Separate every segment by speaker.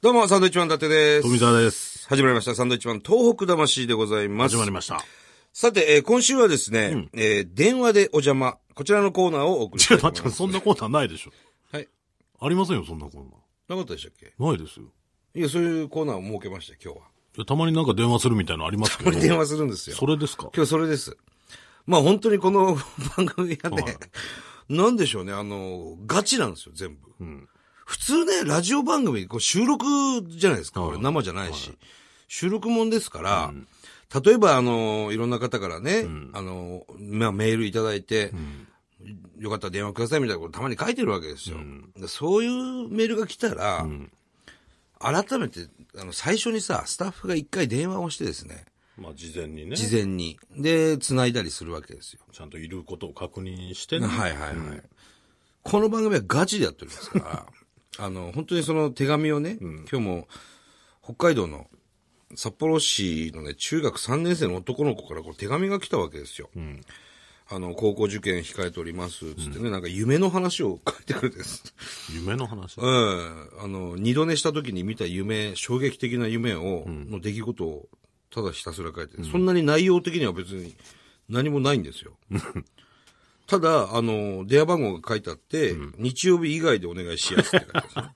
Speaker 1: どうも、サンドイッチマン伊達です。
Speaker 2: 富澤です。
Speaker 1: 始まりました。サンドイッチマン東北魂でございます。
Speaker 2: 始まりました。
Speaker 1: さて、えー今週はですね、えー電話でお邪魔。こちらのコーナーをお送りし
Speaker 2: 違、
Speaker 1: たいうと
Speaker 2: だっ
Speaker 1: 思いま
Speaker 2: て
Speaker 1: す。
Speaker 2: そんなコーナーないでしょ。
Speaker 1: はい。
Speaker 2: ありませんよ、そんなコー
Speaker 1: なかったでしたっけ
Speaker 2: ナー。ないですよ。
Speaker 1: いや、そういうコーナーを設けました、今日は。
Speaker 2: いやたまになんか電話するみたいなのありますけ
Speaker 1: こ
Speaker 2: ど。
Speaker 1: れ電話するんですよ。
Speaker 2: それですか
Speaker 1: 今日それです。まあ本当にこの 番組はね、
Speaker 2: はい
Speaker 1: なんでしょうね、あの、ガチなんですよ、全部。
Speaker 2: うん。
Speaker 1: 普通ね、ラジオ番組、こう収録じゃないですか、これ
Speaker 2: はい
Speaker 1: 生じゃないし。収録もんですから、例えば、あの、いろんな方からね、あの、まあ、メールいただいて、よかったら電話くださいみたいなことたまに書いてるわけですよ。でそういうメールが来たら、改めて、あの、最初にさ、スタッフが一回電話をしてですね、
Speaker 2: まあ、事前にね
Speaker 1: 事前に。で、繋いだりするわけですよ。
Speaker 2: ちゃんといることを確認して
Speaker 1: はいはいはい。この番組はガチでやっておりますから、あ の、本当にその手紙をね、今日も北海道の札幌市のね、中学3年生の男の子からこう手紙が来たわけですよ。あの、高校受験控えております、つってね、なんか夢の話を書いてくれてです。
Speaker 2: 夢の話。
Speaker 1: ええあの、二度寝した時に見た夢、衝撃的な夢を、の出来事を、ただひたすら書いて、そんなに内容的には別に何もないんです よ。ただ、あの、電話番号が書いてあって、日曜日以外でお願いしやすって書いてあるん ですよ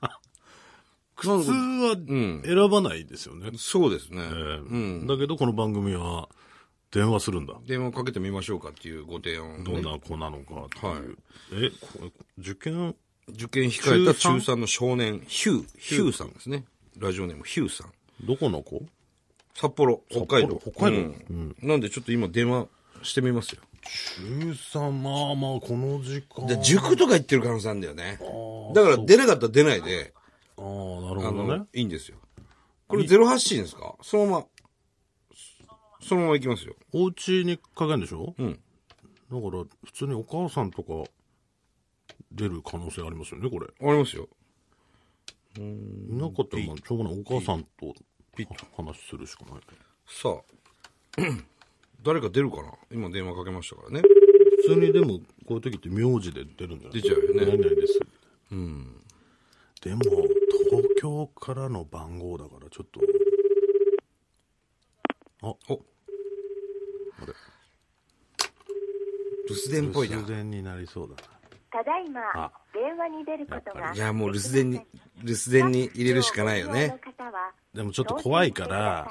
Speaker 2: 普通は選ばないですよね。
Speaker 1: そうですね、
Speaker 2: えーだけど、この番組は電話するんだ。
Speaker 1: 電話をかけてみましょうかっていうご提案をね、
Speaker 2: どんな子なのかっていう。えこ、受験
Speaker 1: 受験控えた中
Speaker 2: 中
Speaker 1: 3
Speaker 2: 三
Speaker 1: の少年、ヒュー、ヒューさんですね。ラジオネームヒューさん。
Speaker 2: どこの子
Speaker 1: 札幌、北海道。
Speaker 2: 札幌北海道
Speaker 1: うんなんでちょっと今電話してみますよ。
Speaker 2: 中3、まあまあ、この時間。
Speaker 1: で塾とか行ってる可能性あるんだよね。だから出なかったら出ないで、
Speaker 2: ああ、なる
Speaker 1: あ
Speaker 2: ほどね
Speaker 1: の、。いいんですよ。これ087ですかそのまま。そのまま行きますよ。
Speaker 2: お家にかけんでしょ
Speaker 1: うん。
Speaker 2: だから、普通にお母さんとか出る可能性ありますよね、これ。
Speaker 1: ありますよ。
Speaker 2: いなかったら、まあしょうがない。お母さんと話するしかない。
Speaker 1: さあ。 誰か出るかな今電話かけましたからね。
Speaker 2: 普通にでも、こういう時って名字で出るんじゃない
Speaker 1: 出ちゃうよね
Speaker 2: 何々です。うん。でも、東京からの番号だから、ちょっと。
Speaker 1: お
Speaker 2: あれ
Speaker 1: 留守電っぽいな
Speaker 2: 留。守電になりそうだな。
Speaker 3: ただい
Speaker 2: あ
Speaker 3: ま電話に出ることが
Speaker 1: じゃあもう留守電に、留守電に入れるしかないよね。
Speaker 2: でもちょっと怖いから、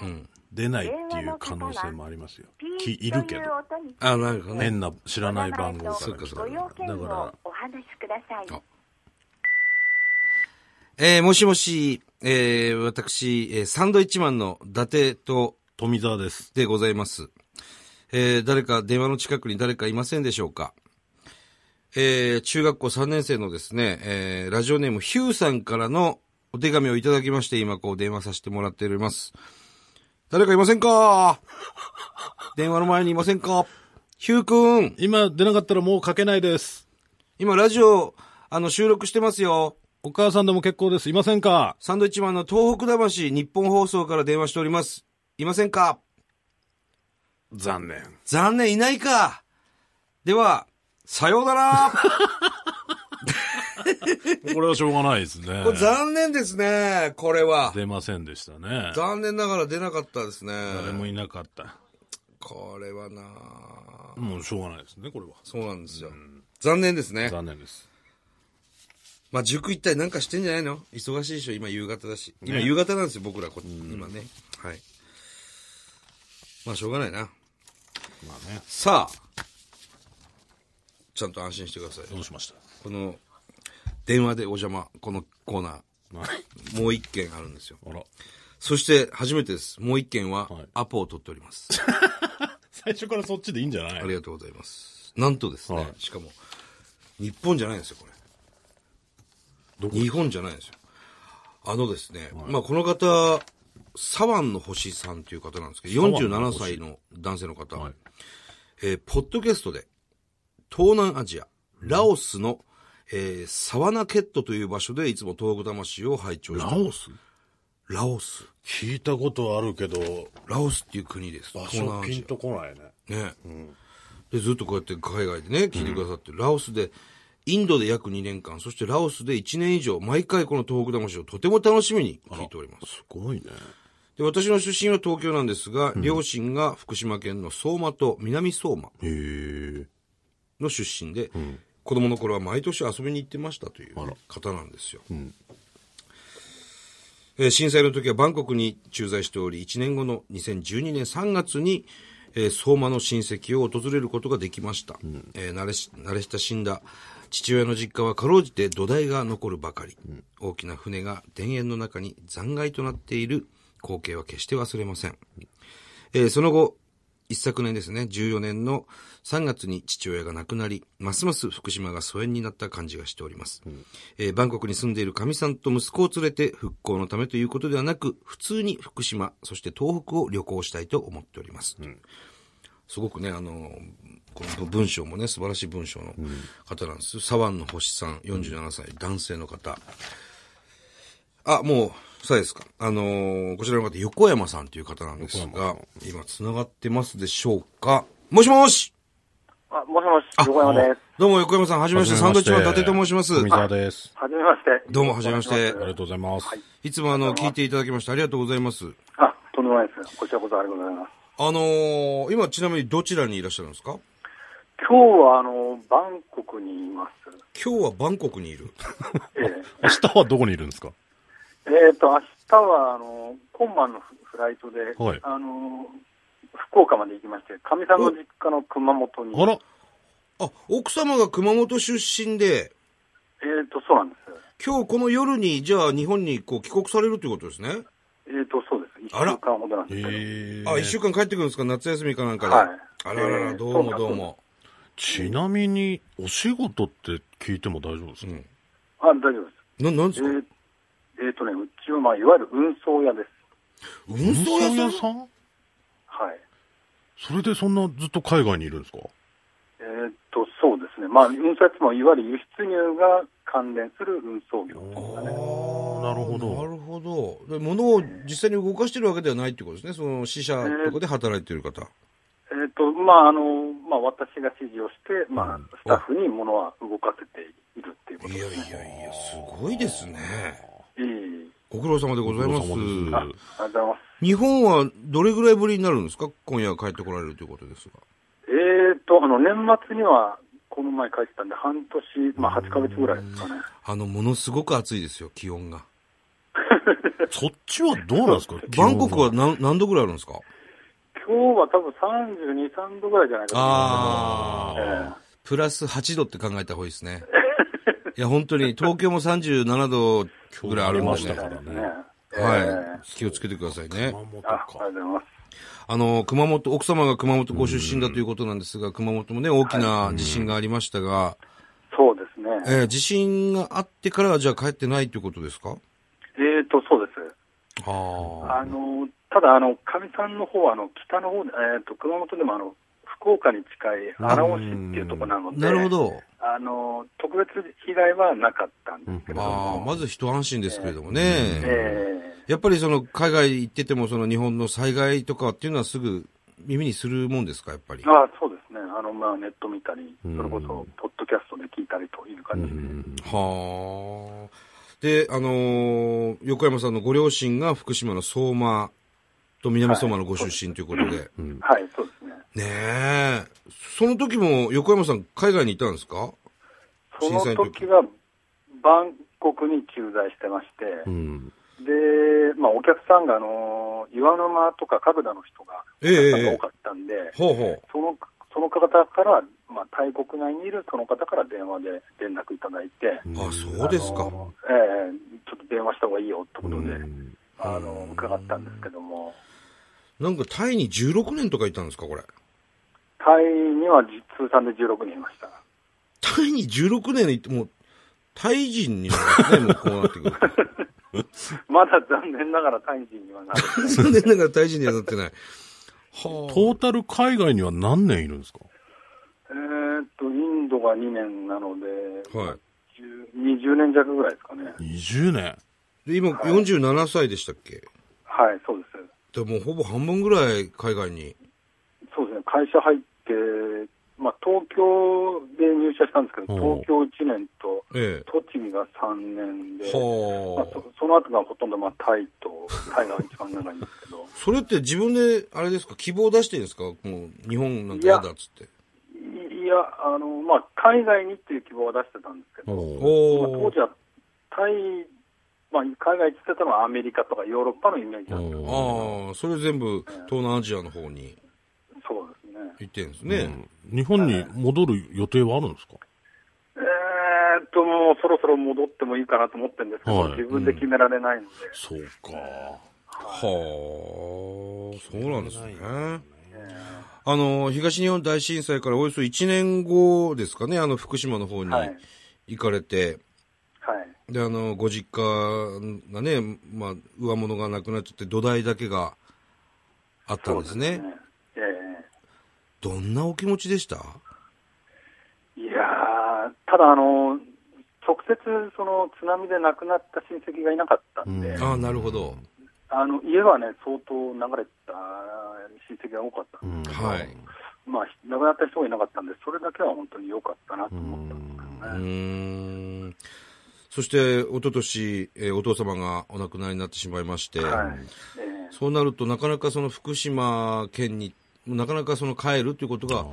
Speaker 2: 出ないっていう可能性もありますよ。きいるけど。
Speaker 1: あ、なるほどね。
Speaker 2: 変な、知らない番号から来た
Speaker 3: ご
Speaker 2: ら。
Speaker 3: 用件
Speaker 2: だから
Speaker 3: を、お話しください。
Speaker 1: えー、もしもし、えー、私、えーサンドイッチマンの伊達と、
Speaker 2: 富澤です。
Speaker 1: でございます。えー誰か、電話の近くに誰かいませんでしょうかえー中学校3年生のですね、えーラジオネームヒューさんからのお手紙をいただきまして、今こう電話させてもらっております。誰かいませんか電話の前にいませんかヒューくん、
Speaker 2: 今出なかったらもうかけないです。
Speaker 1: 今ラジオ、あの、収録してますよ。
Speaker 2: お母さんでも結構です。いませんか
Speaker 1: サンドイッチマンの東北魂日本放送から電話しております。いませんか
Speaker 2: 残念。
Speaker 1: 残念、いないか。では、さような ら
Speaker 2: これはしょうがないですね
Speaker 1: これ。残念ですね、これは。
Speaker 2: 出ませんでしたね。
Speaker 1: 残念ながら出なかったですね。
Speaker 2: 誰もいなかった。
Speaker 1: これはなあ
Speaker 2: もうしょうがないですね、これは。
Speaker 1: そうなんですよ。残念ですね。
Speaker 2: 残念です。
Speaker 1: まあ、塾行ったりなんかしてんじゃないの忙しいでしょ、今夕方だし。今
Speaker 2: ね
Speaker 1: 夕方なんですよ、僕らこ、今ね。はい。まあ、しょうがないな。
Speaker 2: まあね。
Speaker 1: さあ、ちゃんと安心してください。
Speaker 2: どうしました
Speaker 1: この、電話でお邪魔、このコーナ
Speaker 2: まあ
Speaker 1: ー、もう一件あるんですよ。
Speaker 2: あら。
Speaker 1: そして、初めてです。もう一件は
Speaker 2: はい、
Speaker 1: アポを取っております。
Speaker 2: 最初からそっちでいいんじゃな
Speaker 1: あ
Speaker 2: い
Speaker 1: りがとうございます。なんとですね、
Speaker 2: はい
Speaker 1: しかも、日本じゃないんですよ、こ
Speaker 2: ど
Speaker 1: れ。日本じゃないんですよ。あのですね、まあこの方、サワンの星さんという方なんですけど、
Speaker 2: サワンの
Speaker 1: 47
Speaker 2: 星
Speaker 1: 歳の男性の方、
Speaker 2: はい
Speaker 1: えーポッドキャストで、東南アジア、ラオスの、えーサワナケットという場所でいつも東北魂を拝聴して
Speaker 2: ラオス
Speaker 1: ラオス。
Speaker 2: 聞いたことあるけど、
Speaker 1: ラオスっていう国です。
Speaker 2: 場
Speaker 1: 東
Speaker 2: 所
Speaker 1: 南ア
Speaker 2: ピ
Speaker 1: ジ
Speaker 2: ン
Speaker 1: ア。
Speaker 2: とこないね。
Speaker 1: ね、でずっとこうやって海外でね聞いてくださって、ラオスでインドで約2年間、そしてラオスで1年以上、毎回この東北魂をとても楽しみに聞いております。
Speaker 2: すごいね。
Speaker 1: で私の出身は東京なんですが、両親が福島県の相馬と南相馬
Speaker 2: へえ。
Speaker 1: の出身で、子供の頃は毎年遊びに行ってましたという
Speaker 2: あら
Speaker 1: 方なんですよ。
Speaker 2: うん。
Speaker 1: えー震災の時はバンコクに駐在しており、1年後の2012年3月に、えー相馬の親戚を訪れることができました。えー慣れし慣れ親しんだ父親の実家はかろうじて土台が残るばかり。大きな船が田園の中に残骸となっている光景は決して忘れません。えーその後、一昨年ですね、14年の3月に父親が亡くなり、ますます福島が疎遠になった感じがしております。えーバンコクに住んでいる神さんと息子を連れて復興のためということではなく、普通に福島、そして東北を旅行したいと思っております。すごくね、あの、この文章もね、素晴らしい文章の方なんです。サワンの星さん、47歳、男性の方。あ、もう、そうですか。あのーこちらの方、横山さんという方なんですが、今、繋がってますでしょうかもしもし
Speaker 4: あ、もしもし、横山です。
Speaker 1: どうも、横山さん、はじめまして、サンドウィッチマン伊達と申します。
Speaker 2: 富澤です。
Speaker 4: はじめまして。
Speaker 1: どうもはじめまして
Speaker 4: お願
Speaker 1: あ
Speaker 4: い
Speaker 2: ありがとうございます。
Speaker 1: いつもあの、聞いていただきまして、ありがとうございます。
Speaker 4: ます。あ、とんでもないです。こちらこそありがとうございます。
Speaker 1: あのー今、ちなみにどちらにいらっしゃるんですか
Speaker 4: 今日は、あの、バンコクにいます。
Speaker 1: 今日はバンコクにいる。
Speaker 4: ええ
Speaker 2: 明日はどこにいるんで すか
Speaker 4: えーと、明日は、あの、今晩のフフライトで、
Speaker 2: はい
Speaker 4: あの、福岡まで行きまして、かみさんの実家の熊本に。
Speaker 2: あら、
Speaker 1: あ、奥様が熊本出身で、
Speaker 4: えーと、そうなんです。
Speaker 1: 今日この夜に、じゃあ日本にこう帰国されるということですね。
Speaker 4: えーと、そうです。一週
Speaker 1: あら
Speaker 4: 間ほどなんですけど。
Speaker 2: え
Speaker 1: あ、一週間帰ってくるんですか夏休みかなんかで。
Speaker 4: はい
Speaker 1: あらら
Speaker 4: え
Speaker 1: ら、
Speaker 4: ー
Speaker 1: どうもどうも。
Speaker 2: ちなみに、お仕事って聞いても大丈夫ですか、
Speaker 1: うん
Speaker 4: あ、大丈夫です。
Speaker 1: な、なんで
Speaker 4: え
Speaker 1: すか、
Speaker 4: ーえーとね、うちは、まあ、いわゆる運送屋です。
Speaker 1: 運送屋さん
Speaker 2: 運送ん
Speaker 4: はい。
Speaker 2: それでそんなずっと海外にいるんですか
Speaker 4: えーと、そうですね。まあ、運送屋ってもいわゆる輸出入が関連する運送業です
Speaker 1: あー
Speaker 4: かね。
Speaker 2: なるほど
Speaker 1: なるほど。で、物を実際に動かしてるわけではないってことですね。その、死者とかで働いてる方。
Speaker 4: えっ、と、まあ、あの、まあ、私が指示をして、まあ、スタッフに物は動かせているっていうこと
Speaker 1: い
Speaker 4: で
Speaker 1: やい
Speaker 4: すね。
Speaker 1: やいや、すごいですね。
Speaker 4: いい
Speaker 1: ご苦労様でございま
Speaker 2: ご苦労様
Speaker 1: す。
Speaker 2: です
Speaker 4: ありがとうございます。
Speaker 1: 日本はどれぐらいぶりになるんですか今夜帰ってこられるということですが。
Speaker 4: えっ、と、あの、年末には、この前帰ってたんで、半年、まあ、8ヶ月ぐらいですかね。
Speaker 1: あの、ものすごく暑いですよ、気温が。
Speaker 2: そっちはどうなんですか
Speaker 1: バンコクは何何度ぐらいあるんですか
Speaker 4: 今日は多分32、3度ぐらいじゃないかと
Speaker 1: ああ、プラス8度って考えた方がいいですね。いや、本当に東京も37度ぐらいあるんで
Speaker 2: ま
Speaker 1: ね
Speaker 2: し
Speaker 4: 思
Speaker 2: た
Speaker 4: いま
Speaker 2: か
Speaker 4: す
Speaker 2: ら
Speaker 4: けど
Speaker 2: ね
Speaker 4: ね。。え
Speaker 1: はい。気をつけてくださいね。
Speaker 2: 熊本
Speaker 4: ーあ
Speaker 2: か。
Speaker 4: ありがとうございます。
Speaker 1: あの、熊本、奥様が熊本ご出身だということなんですが、熊本もね、大きな地震がありましたが、
Speaker 4: そうですね。
Speaker 1: えー地震があってからはじゃあ帰ってないということですか
Speaker 4: えっ、と、そうです。
Speaker 1: ああ。
Speaker 4: あのただ、あのかみさんの方はあの北の方で、えー、と熊本でもあの福岡に近い荒尾市っていうところなので、
Speaker 1: なるほど。
Speaker 4: あの特別被害はなかったんですけれど
Speaker 1: あ
Speaker 4: も、
Speaker 1: あ、まず一安心ですけれどもね。
Speaker 4: え
Speaker 1: やっぱりその海外行っててもその日本の災害とかっていうのはすぐ耳にするもんですか、やっぱり
Speaker 4: ー。ああそうですねあの、まあ、ネット見たり、そ
Speaker 2: うん
Speaker 4: れこそポッドキャストで聞いたりという感じで、
Speaker 1: はあ。で、あのー横山さんのご両親が福島の相馬と南相馬のご出身ということで。
Speaker 4: はい、そうですね。
Speaker 1: ねえ。その時も横山さん海外にいたんですか
Speaker 4: そ
Speaker 1: 震
Speaker 4: の
Speaker 1: 災の時
Speaker 4: 時はバンコクに駐在してまして、
Speaker 2: うん。
Speaker 4: で、まあ、お客さんがあの岩沼とか神楽の人が
Speaker 1: ええええ
Speaker 4: 多かったんで、
Speaker 1: ほうほう。
Speaker 4: そのその方から、まあ、タイ国内にいるその方から電話で連絡いただいて、
Speaker 1: あ、そうですか
Speaker 4: あ。のええちょっと電話した方がいいよってことで、
Speaker 2: うん
Speaker 4: あの伺ったんですけども、
Speaker 1: なんかタイに16年とかいたんですか、これ。
Speaker 4: タイには実通算で16人いました。
Speaker 1: タイに16年いて、もう、タイ人になるんですね、 もうこうなってくると。
Speaker 4: まだ残念ながらタイ人にはな る。
Speaker 1: 残念ながら大事にはなってない。
Speaker 2: ト
Speaker 1: は
Speaker 2: ータル海外には何年いるんですか
Speaker 4: えーっと、インドが2年なので、
Speaker 1: あ。はい。
Speaker 4: 10 20年弱ぐらいですかね。
Speaker 2: ?20 年。
Speaker 1: で、今47歳でしたっけ
Speaker 4: はい、そうで
Speaker 1: で
Speaker 4: す。
Speaker 1: もうほぼ半分ぐらい海外に。
Speaker 4: そうですね、会社入って、まあ、東京で入社したんですけど、
Speaker 1: ほう
Speaker 4: 東京1年と、
Speaker 1: え
Speaker 4: 栃木が3年
Speaker 1: え。
Speaker 4: で、まあ
Speaker 1: はあ、
Speaker 4: そ。その後がほとんど、まあ、タイと、タイが一番長いんですけど
Speaker 1: それって自分で、あれですか、希望出してるんですかもう、日本なんか嫌だっつって。
Speaker 4: いいや、あのまあ、海外にっていう希望は出してたんですけど、
Speaker 2: お
Speaker 4: まあ、当
Speaker 1: お
Speaker 4: 時はタイ、まあ、海外行ってたのはアメリカとかヨーロッパのイメージだったんで
Speaker 1: お。ああ、それ全部東南アジアの方に
Speaker 4: すそうですね。
Speaker 1: 行ってるんです
Speaker 2: ね、
Speaker 1: ね。
Speaker 2: うん日本に戻る予定はあるんですか、
Speaker 4: えーっと、もうそろそろ戻ってもいいかなと思ってるんですけど、
Speaker 2: はい
Speaker 4: 自分で決められないので、
Speaker 2: そうか。
Speaker 1: はあ、そうなんですね。あの、東日本大震災からおよそ1年後ですかね、あの、福島の方に
Speaker 4: はい
Speaker 1: 行かれて、
Speaker 4: はい。
Speaker 1: で、あの、ご実家がね、まあ、上物がなくなっちゃって、土台だけがあったんですね。
Speaker 4: え
Speaker 1: どんなお気持ちでした
Speaker 4: えいやー、ただあの、直接その津波で亡くなった親戚がいなかったんで、
Speaker 2: うん
Speaker 1: ああ、なるほど。
Speaker 4: あの家はね、相当流れた親戚が多かった
Speaker 2: うん
Speaker 4: で
Speaker 2: ん
Speaker 1: はい。
Speaker 4: まあ、亡くなった人がいなかったんで、それだけは本当に良かったなと
Speaker 2: う
Speaker 4: 思ったんで
Speaker 2: ん
Speaker 4: すけど
Speaker 1: う
Speaker 4: ね。
Speaker 1: ーんそして、一昨年、えーお父様がお亡くなりになってしまいまして、
Speaker 4: はいええ
Speaker 1: そうなると、なかなかその福島県に、なかなかその帰るということ
Speaker 2: あ
Speaker 1: が
Speaker 2: ーそ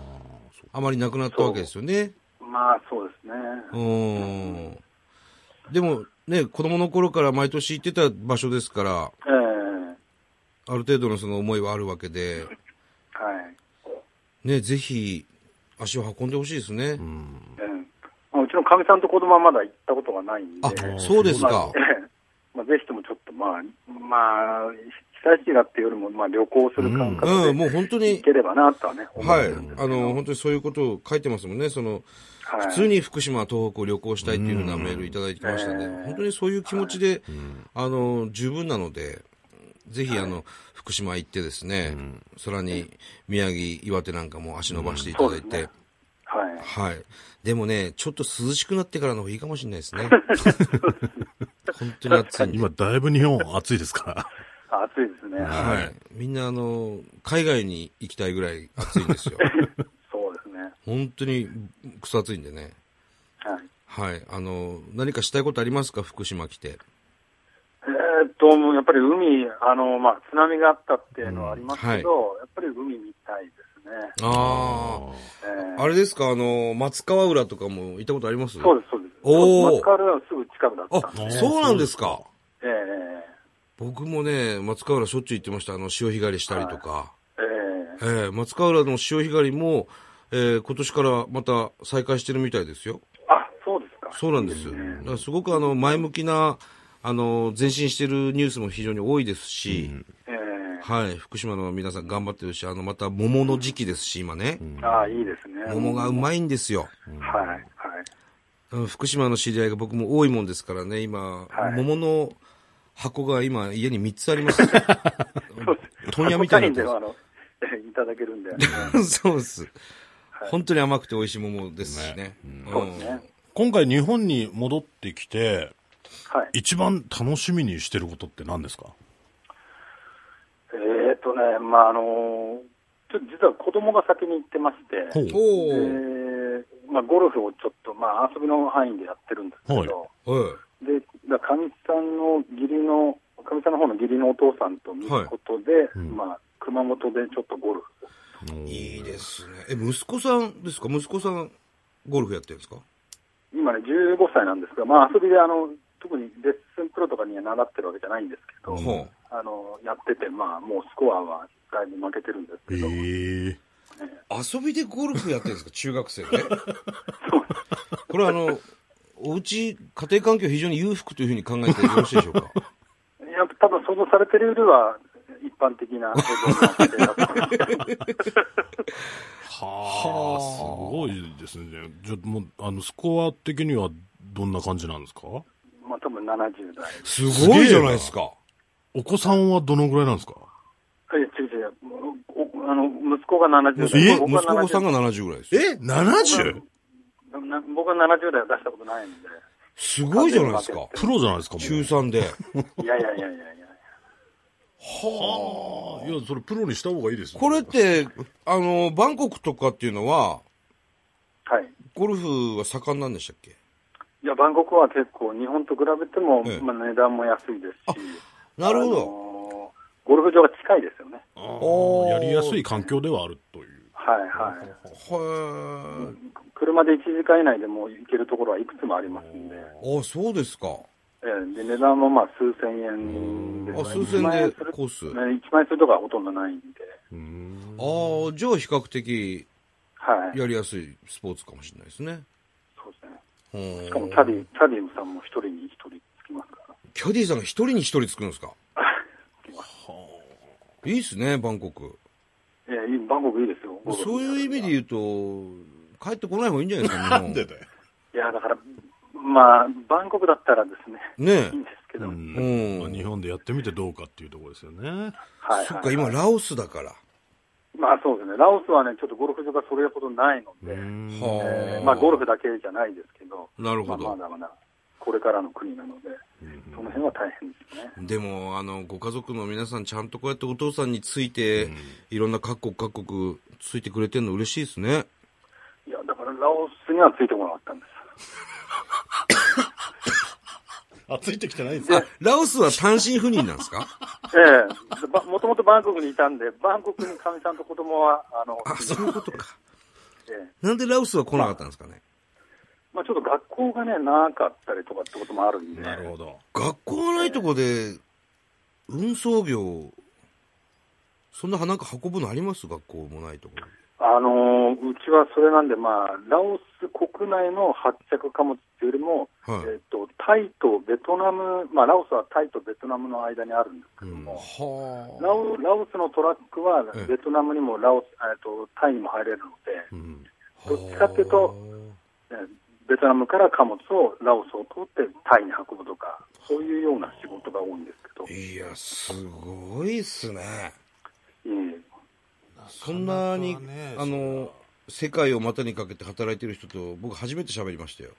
Speaker 2: う
Speaker 1: あまりなくなったわけですよね。
Speaker 4: まあそうですね、
Speaker 1: うーん。でも、ね、子供の頃から毎年行ってた場所ですから、
Speaker 4: ええ
Speaker 1: ある程度のその思いはあるわけで、
Speaker 4: はい
Speaker 1: ね、ぜひ、足を運んでほしいですね。
Speaker 2: うん
Speaker 4: ええまあ、うちのかみさんと子供はまだ行ったことがないんで、
Speaker 1: あ、そうです
Speaker 4: まあ
Speaker 1: か。
Speaker 4: ええまあ、ぜひともちょっと、まあ、まあ、被災地だっていうよりも、まあ、旅行する感覚
Speaker 1: う
Speaker 4: で
Speaker 1: ん、もう本当
Speaker 4: 行
Speaker 1: に
Speaker 4: け、ればなとはね、思っ
Speaker 1: は
Speaker 4: て
Speaker 1: い
Speaker 4: るんです。け
Speaker 1: あ
Speaker 4: ど
Speaker 1: の、本当にそういうことを書いてますもんね。その、
Speaker 4: はい
Speaker 1: 普通に福島、東北を旅行したいっていうようなメールいただいてきましたね。
Speaker 4: うん
Speaker 1: 本当にそういう気持ちで、あの、十分なので、ぜひ、あの、福島行ってですね、さらに宮城、岩手なんかも足伸ばしていただい
Speaker 4: うんそうで
Speaker 1: て
Speaker 4: すね、はい。
Speaker 1: はい。でもね、ちょっと涼しくなってからの方がいいかもしれないです ね。本当に暑いんで。
Speaker 2: 今、だいぶ日本暑いです から。
Speaker 4: あ暑いですね。
Speaker 1: はい。みんな、あの、海外に行きたいぐらい暑いん ですよ。
Speaker 4: そうですね。
Speaker 1: 本当に、くそ暑いんでね。
Speaker 4: はい。
Speaker 1: はい。あの、何かしたいことありますか福島来て。
Speaker 4: えーっと、もうやっぱり海、あの、まあ、津波があったっていうのはありますけど、やっぱり海見たいですね。
Speaker 1: ああ。
Speaker 4: ええ
Speaker 1: あれですか、あの、松川浦とかも行ったことあります
Speaker 4: そうです、そうです。
Speaker 1: おー
Speaker 4: 松川はすぐ近くだったんで。
Speaker 1: あ、そうなんですか。
Speaker 4: ええ
Speaker 1: 僕もね、松川浦しょっちゅう行ってました。あの、潮干狩りしたりとか。
Speaker 4: ええ
Speaker 1: ええ松川浦の潮干狩りも、えー今年からまた再開してるみたいですよ。
Speaker 4: あ、そうですか。
Speaker 1: そうなんです。だからすごくあの、前向きな、あの、前進してるニュースも非常に多いですし、
Speaker 4: ええ
Speaker 1: はい、福島の皆さん頑張ってるし、あの、また桃の時期ですし、今ね。
Speaker 4: ああ、いいですね。
Speaker 1: 桃がうまいんですよ。
Speaker 4: はい、はい。
Speaker 1: うん福島の知り合いが僕も多いもんですからね、今、
Speaker 4: はい
Speaker 1: 桃の箱が今、家に3つあり ます。問屋みた
Speaker 4: た
Speaker 1: い
Speaker 4: い
Speaker 1: に
Speaker 4: で
Speaker 1: な
Speaker 4: あ
Speaker 1: っ
Speaker 4: の、えいただけるんで。
Speaker 1: てます。そうです。本当に甘くて美味しい桃ですしね。
Speaker 4: そうですね。
Speaker 2: 今回、日本に戻ってきて、
Speaker 4: はい。
Speaker 2: 一番楽しみにしてることって何ですか
Speaker 4: えっ、とね、まあ、あの、ちょっと実は子供が先に行ってまして、
Speaker 2: ほう
Speaker 1: うんお
Speaker 4: で
Speaker 1: ー、
Speaker 4: まあ、ゴルフをちょっと、まあ、遊びの範囲でやってるんですけど、
Speaker 2: はい
Speaker 1: は
Speaker 4: で、だかみさんの義理の、かみさんの方の義理のお父さんと見ることで、
Speaker 2: うん
Speaker 4: まあ、熊本でちょっとゴルフを。
Speaker 1: い。いいですね。え、息子さんですか息子さん、ゴルフやってるんですか
Speaker 4: 今ね、15歳なんですが、まあ、遊びで、あの、特にレッスンプロとかには習ってるわけじゃないんですけど、
Speaker 1: ほ
Speaker 4: あの、やってて、まあ、もうスコアはだいぶ負けてるんです
Speaker 2: ええ
Speaker 4: けど、
Speaker 1: 遊びでゴルフやってるん ですか中学生で。これあの、お家、家庭環境非常に裕福というふうに考えてよろしいでしょうか
Speaker 4: やっぱ多分想像されてるよりは、一般的 な想像になってます
Speaker 2: はあ、すごいですね。じゃあ、もう、あの、スコア的にはどんな感じなんですか
Speaker 4: まあ多分70代。
Speaker 1: すごいじゃないですか。
Speaker 2: お子さんはどのぐらいなんですか
Speaker 4: いや、違う違う。おあの、息子が70代。
Speaker 2: え
Speaker 1: 息
Speaker 4: 僕が
Speaker 1: 子さん
Speaker 4: 70
Speaker 1: が70ぐらいですよ。
Speaker 2: え ?70?
Speaker 4: な僕は70代は出したことないんで。
Speaker 1: すごいじゃないですか。
Speaker 2: プロじゃないですか、もう
Speaker 1: 中3で。
Speaker 4: いやいやいやいやいや。
Speaker 2: はあ。いや、それプロにした方がいいですよ
Speaker 1: これって、あの、バンコクとかっていうのは、
Speaker 4: はい。
Speaker 1: ゴルフは盛んなんでしたっけ
Speaker 4: いや、バンコクは結構、日本と比べても、
Speaker 1: ええ
Speaker 4: まあ、値段も安いですし、
Speaker 1: なるほど。
Speaker 4: あのーゴルフ場が近いですよね。
Speaker 2: あ
Speaker 1: おー
Speaker 2: ーやりやすい環境ではあるという。
Speaker 4: はいはい。
Speaker 1: へ
Speaker 4: 車で1時間以内でもう行けるところはいくつもありますんで、
Speaker 1: え。あ、そうですか。
Speaker 4: ええで値段もまあ数千円です
Speaker 1: あ、
Speaker 4: ね
Speaker 1: 数千
Speaker 4: 1万円
Speaker 1: です
Speaker 4: る
Speaker 1: コース。
Speaker 4: ね、1万円するとこはほとんどないんで、
Speaker 2: うん
Speaker 1: ああ、じゃあ比較的
Speaker 4: はい、
Speaker 1: やりやすいスポーツかもしれないですね。
Speaker 4: そうですね。
Speaker 1: し
Speaker 4: しかもキャディ、キャディさんも一人に一人つきますから。
Speaker 1: キャディーさんが一人に一人つくんです かいいっすね、バンコク。
Speaker 4: ええいいバンコクいいですよ。ゴルフ
Speaker 1: そういう意味で
Speaker 4: い
Speaker 1: 言うと、帰ってこない方がいいんじゃないですか、
Speaker 2: な
Speaker 1: 日本
Speaker 2: んでだよ。
Speaker 4: や、だから、まあ、バンコクだったらですね、
Speaker 1: ね
Speaker 4: いいんですけど、
Speaker 1: うん
Speaker 2: まあ日本でやってみてどうかっていうところですよね。
Speaker 1: え。
Speaker 4: はい、
Speaker 1: そっ
Speaker 4: は
Speaker 1: か、
Speaker 4: い。
Speaker 1: 今、ラオスだから。
Speaker 4: まあそうですね、ラオスはね、ちょっとゴルフ場がそれほどないので、
Speaker 2: うん
Speaker 1: は
Speaker 4: え
Speaker 1: あ
Speaker 4: ーまあゴルフだけじゃないですけど、
Speaker 1: なるほど
Speaker 4: まあまだまだこれからの国なので、その辺は大変ですね。
Speaker 1: でも、あの、ご家族の皆さん、ちゃんとこうやってお父さんについて、いろんな各国各国、ついてくれてるの嬉しいですね。
Speaker 4: いや、だからラオスにはついてこなかったんです。
Speaker 2: あ、ついてきてないんです
Speaker 1: あ
Speaker 2: か、
Speaker 1: ラオスは単身赴任なんですか
Speaker 4: ええばもともとバンコクにいたんで、バンコクにかみさんと子供は、あの、
Speaker 1: あ、そういうことか。
Speaker 4: ええ
Speaker 1: なんでラオスは来なかったんですかね。
Speaker 4: まあちょっと学校がね、長かったりとかってこともあるんで、
Speaker 2: なるほど。
Speaker 1: 学校がないとこで、運送業、そんななんか運ぶのあります学校もないところで。
Speaker 4: あのーうちはそれなんで、まあ、ラオス国内の発着貨物っていうよりも、
Speaker 1: はい
Speaker 4: えっとタイとベトナム、まあ、ラオスはタイとベトナムの間にあるんですけども、
Speaker 1: は
Speaker 4: ラオラオスのトラックは
Speaker 1: ええ
Speaker 4: ベトナムにもラオス、えっとタイにも入れるので、
Speaker 2: うん
Speaker 4: どっちかっていうとえーベトナムから貨物をラオスを通ってタイに運ぶとか、そういうような仕事が多いんですけど、え
Speaker 1: いや、すごいっすね。
Speaker 4: え
Speaker 1: そんなに、
Speaker 2: なかなかね
Speaker 1: あの、世界を股にかけて働いてる人と、僕初めて喋りましたよ。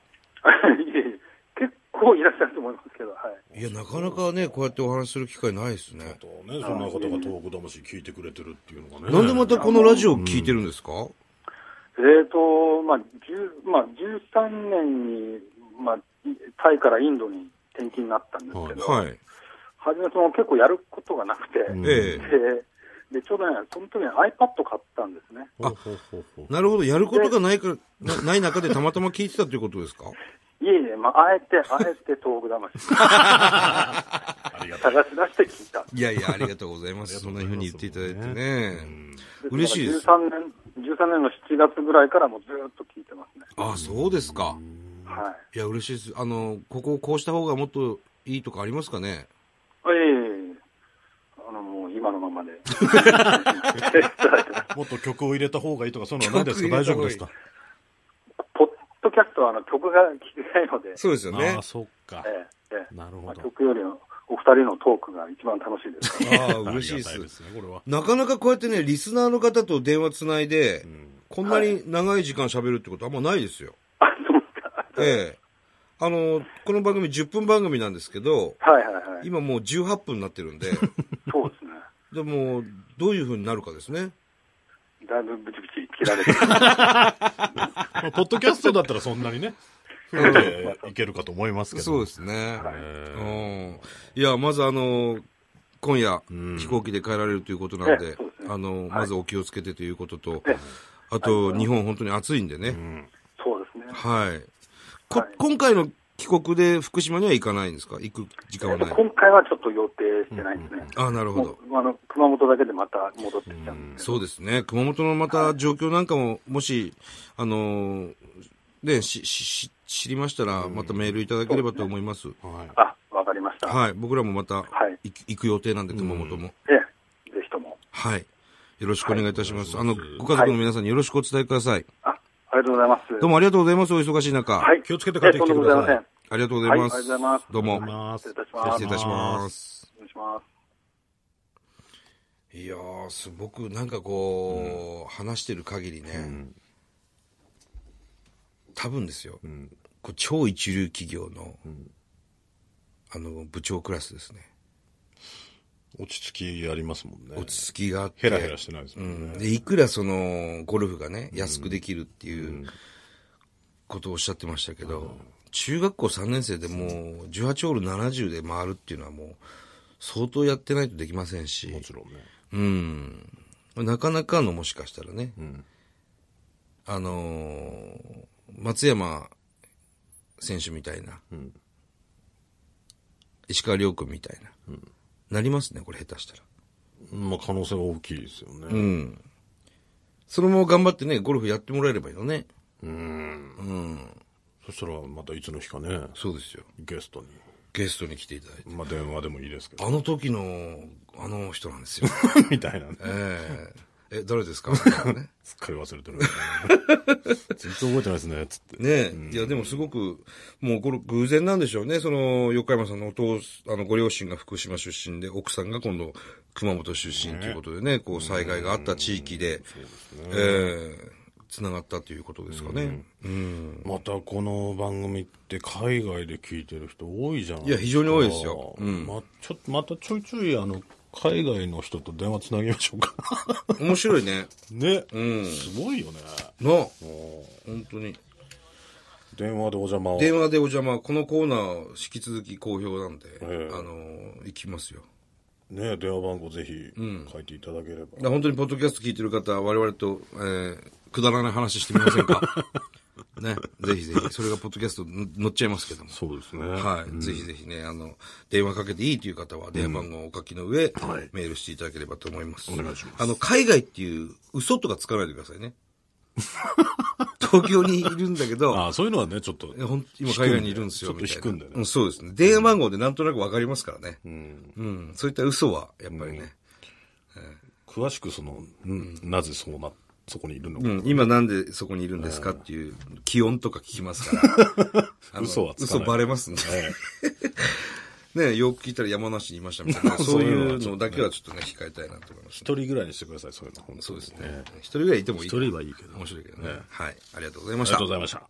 Speaker 4: いえいえ結構いらっしゃると思いますけど、はい。
Speaker 1: いや、なかなかね、こうやってお話しする機会ないです
Speaker 2: あ
Speaker 1: ね。
Speaker 2: とね、そんな方が東北魂聞いてくれてるっていうのがね。
Speaker 1: なんでまたこのラジオ聞いてるんですか、
Speaker 4: えーとまあ10まあ、13年に、まあ、いタイからインドに転勤になったんですけど、は
Speaker 1: はい。
Speaker 4: じめその結構やることがなくて、
Speaker 2: うん
Speaker 1: ええ
Speaker 4: ででちょうどね、その時に iPad 買ったんですね。
Speaker 2: ほうほうほうほう
Speaker 1: なるほど、やることがないから、なない中でたまたま聞いてたということですか
Speaker 4: いえいえ、まあ、あえて、あえて東北魂
Speaker 2: ありがとう。
Speaker 4: 探し出して聞いた。
Speaker 1: いやいや、ありがとうござい ます。そんなふうに言っていただいてね。嬉しいです。
Speaker 4: 13年、13年の7月ぐらいからもうずーっと聞いてますね。
Speaker 1: あ、そうですか。
Speaker 4: はい
Speaker 1: や、嬉しいです。あの、ここをこうした方がもっといいとかありますかね
Speaker 4: い。ええあの、もう今のままで。
Speaker 2: もっと曲を入れた方がいいとか、そういうのは何ですか
Speaker 1: 曲
Speaker 2: 大丈
Speaker 1: 入
Speaker 2: 夫
Speaker 1: れ
Speaker 2: で
Speaker 1: た方
Speaker 2: すか
Speaker 4: ポッドキャストはあの曲が聞きたいので、
Speaker 1: そうですよね
Speaker 2: ああ、。そっか
Speaker 4: え。えええ
Speaker 2: なる
Speaker 4: ま
Speaker 2: ほ
Speaker 4: あ、
Speaker 2: ど。
Speaker 4: 曲よりもお二人のトークが一番楽し いですから
Speaker 1: ああ、嬉しいで
Speaker 2: ありがた
Speaker 1: す。
Speaker 2: ね、これは。
Speaker 1: なかなかこうやってね、リスナーの方と電話つないで、こんなに長い時間喋るってことあんまないですよ。
Speaker 4: あそうか
Speaker 1: ええ。あの、この番組10分番組なんですけど、
Speaker 4: はいはいはい
Speaker 1: 今もう18分になってるんで、
Speaker 4: そうですね
Speaker 1: でも、どういうふうになるかですね。
Speaker 4: だいぶブチブチ切られてる
Speaker 2: まあポッドキャストだったらそんなにね、増えていけるかと思いますけど。。
Speaker 1: そうですすね。
Speaker 2: え
Speaker 1: うんいや、まずあの、今夜、
Speaker 2: うん
Speaker 1: 飛行機で帰られるということなん
Speaker 4: え
Speaker 1: で
Speaker 4: えそうです、ね
Speaker 1: あの、まずお気をつけてということと
Speaker 4: ええ、
Speaker 1: あと、日本本当に暑いんでね。
Speaker 4: そうですね
Speaker 1: はい。こ
Speaker 4: はい、
Speaker 1: 今回の帰国で福島には行かないんですか行く時間は
Speaker 4: えっと
Speaker 1: ない。
Speaker 4: 今回はちょっと予定してないですね、
Speaker 1: あ、なるほど。
Speaker 4: もうあの熊本だけでまた戻ってきちゃうんですけ
Speaker 1: そ
Speaker 4: ど
Speaker 1: うですね。熊本のまた状況なんかも、もし、あのー、ね、し、し、し知りましたら、またメールいただければと思います。
Speaker 2: はい。
Speaker 4: あわかりました、
Speaker 1: はい。僕らもまた
Speaker 4: はい
Speaker 1: 行く、行く予定なんで、熊本も。
Speaker 4: ええぜひとも
Speaker 1: はい。よろしくお願いいたします。あの、ご家族の皆さんによろしくお伝えください。
Speaker 4: あありがとうございます
Speaker 1: どうもありがとうございます。お忙しい中。
Speaker 4: はい
Speaker 2: 気をつけて帰ってきてください
Speaker 4: ええとんでもございません
Speaker 1: ありがとうございます。
Speaker 4: はいありがとうございます
Speaker 1: どうも。
Speaker 2: ま
Speaker 4: 失礼いたします
Speaker 1: 失礼いたします。
Speaker 4: お願いします
Speaker 1: いやー、すごくなんかこう、話してる限りね、多分ですよ、こう超一流企業の、あの、部長クラスですね。
Speaker 2: 落ち着きありますもんね。
Speaker 1: 落ち着きがあって。
Speaker 2: ヘラヘラしてないですも
Speaker 1: うん
Speaker 2: ね。
Speaker 1: ん、でいくらそのゴルフがね安くできるっていう、ことをおっしゃってましたけど、中学校3年生でもう18オール70で回るっていうのはもう相当やってないとできませんし、
Speaker 2: もちろんね。
Speaker 1: うん。なかなかのもしかしたらね、
Speaker 2: ん
Speaker 1: あのー松山選手みたいな、
Speaker 2: ん
Speaker 1: 石川遼君みたいな、なりますね、これ下手したら。
Speaker 2: まあ可能性は大きいですよ
Speaker 1: う
Speaker 2: ね。
Speaker 1: ん。そのまま頑張ってね、ゴルフやってもらえればいいのね。
Speaker 2: うん。
Speaker 1: うん。
Speaker 2: そしたらまたいつの日かね、
Speaker 1: そうですよ。
Speaker 2: ゲストに。
Speaker 1: ゲストに来ていただいて。
Speaker 2: まあ電話でもいいです けど。
Speaker 1: あの時の、あの人なん ですよ。
Speaker 2: みたいなね。
Speaker 1: えええ、誰です かね
Speaker 2: すっかり忘れてるみたいな。全然覚えてないですね、つって。
Speaker 1: ねえ、いや、でもすごく、もうこれ偶然なんでしょうね。その、横山さんのお父す、あの、ご両親が福島出身で、奥さんが今度、熊本出身ということでね、こう、災害があった地域で、ええ繋がったということですかね。うん。
Speaker 2: またこの番組って海外で聞いてる人多いじゃない
Speaker 1: いや非常に多いですようん
Speaker 2: ま、ちょっとまたちょいちょいあの、海外の人と電話つなぎましょうか。
Speaker 1: 面白いね。
Speaker 2: ね、
Speaker 1: うん
Speaker 2: すごいよね。
Speaker 1: なあ本当に。
Speaker 2: 電話でお邪魔を。
Speaker 1: 電話でお邪魔、このコーナー、引き続き好評なんで、
Speaker 2: ええ
Speaker 1: あの、行きますよ。
Speaker 2: ね、電話番号ぜひ書いていただけれ
Speaker 1: だ
Speaker 2: ば。
Speaker 1: から本当にポッドキャスト聞いてる方、我々と、えーくだらない話してみません かね、ぜひぜひ、それがポッドキャストに載っちゃいますけども。
Speaker 2: そうですね。
Speaker 1: はい、ぜひぜひね、あの、電話かけていいという方は、電話番号をお書きの上、
Speaker 2: はい
Speaker 1: メールしていただければと思います。
Speaker 2: お願いします
Speaker 1: あの、海外っていう嘘とかつかないでください ね。東京にいるんだけど、
Speaker 2: あそういうのはね、ちょっと。
Speaker 1: いやほん今海外にいるんですよ、
Speaker 2: ちょっ
Speaker 1: み
Speaker 2: と
Speaker 1: たいな。
Speaker 2: 引くんだよ
Speaker 1: う
Speaker 2: ね。
Speaker 1: そうですね。電話番号でなんとなくわかりますからね。
Speaker 2: うん。
Speaker 1: うん、そういった嘘は、やっぱりね。
Speaker 2: 詳しくその、うんなぜそうな、そこにいるのか。
Speaker 1: うん、今なんでそこにいるんですかっていう、気温とか聞きます から。あの
Speaker 2: 嘘はつか
Speaker 1: 嘘
Speaker 2: ない
Speaker 1: バレますんで。
Speaker 2: はい
Speaker 1: ね、よく聞いたら山梨にいましたみた いな、そういうのだけはちょっとね、控えたいなと思いますね。
Speaker 2: 一人ぐらいにしてください、そういうの。本当に
Speaker 1: そうですね。一人ぐらいいてもいい。
Speaker 2: 一人はいいけど。
Speaker 1: 面白いけど
Speaker 2: ね
Speaker 1: ね。はい。ありがとうござい
Speaker 2: あ
Speaker 1: ま
Speaker 2: り
Speaker 1: し
Speaker 2: が
Speaker 1: た
Speaker 2: とう。ございました。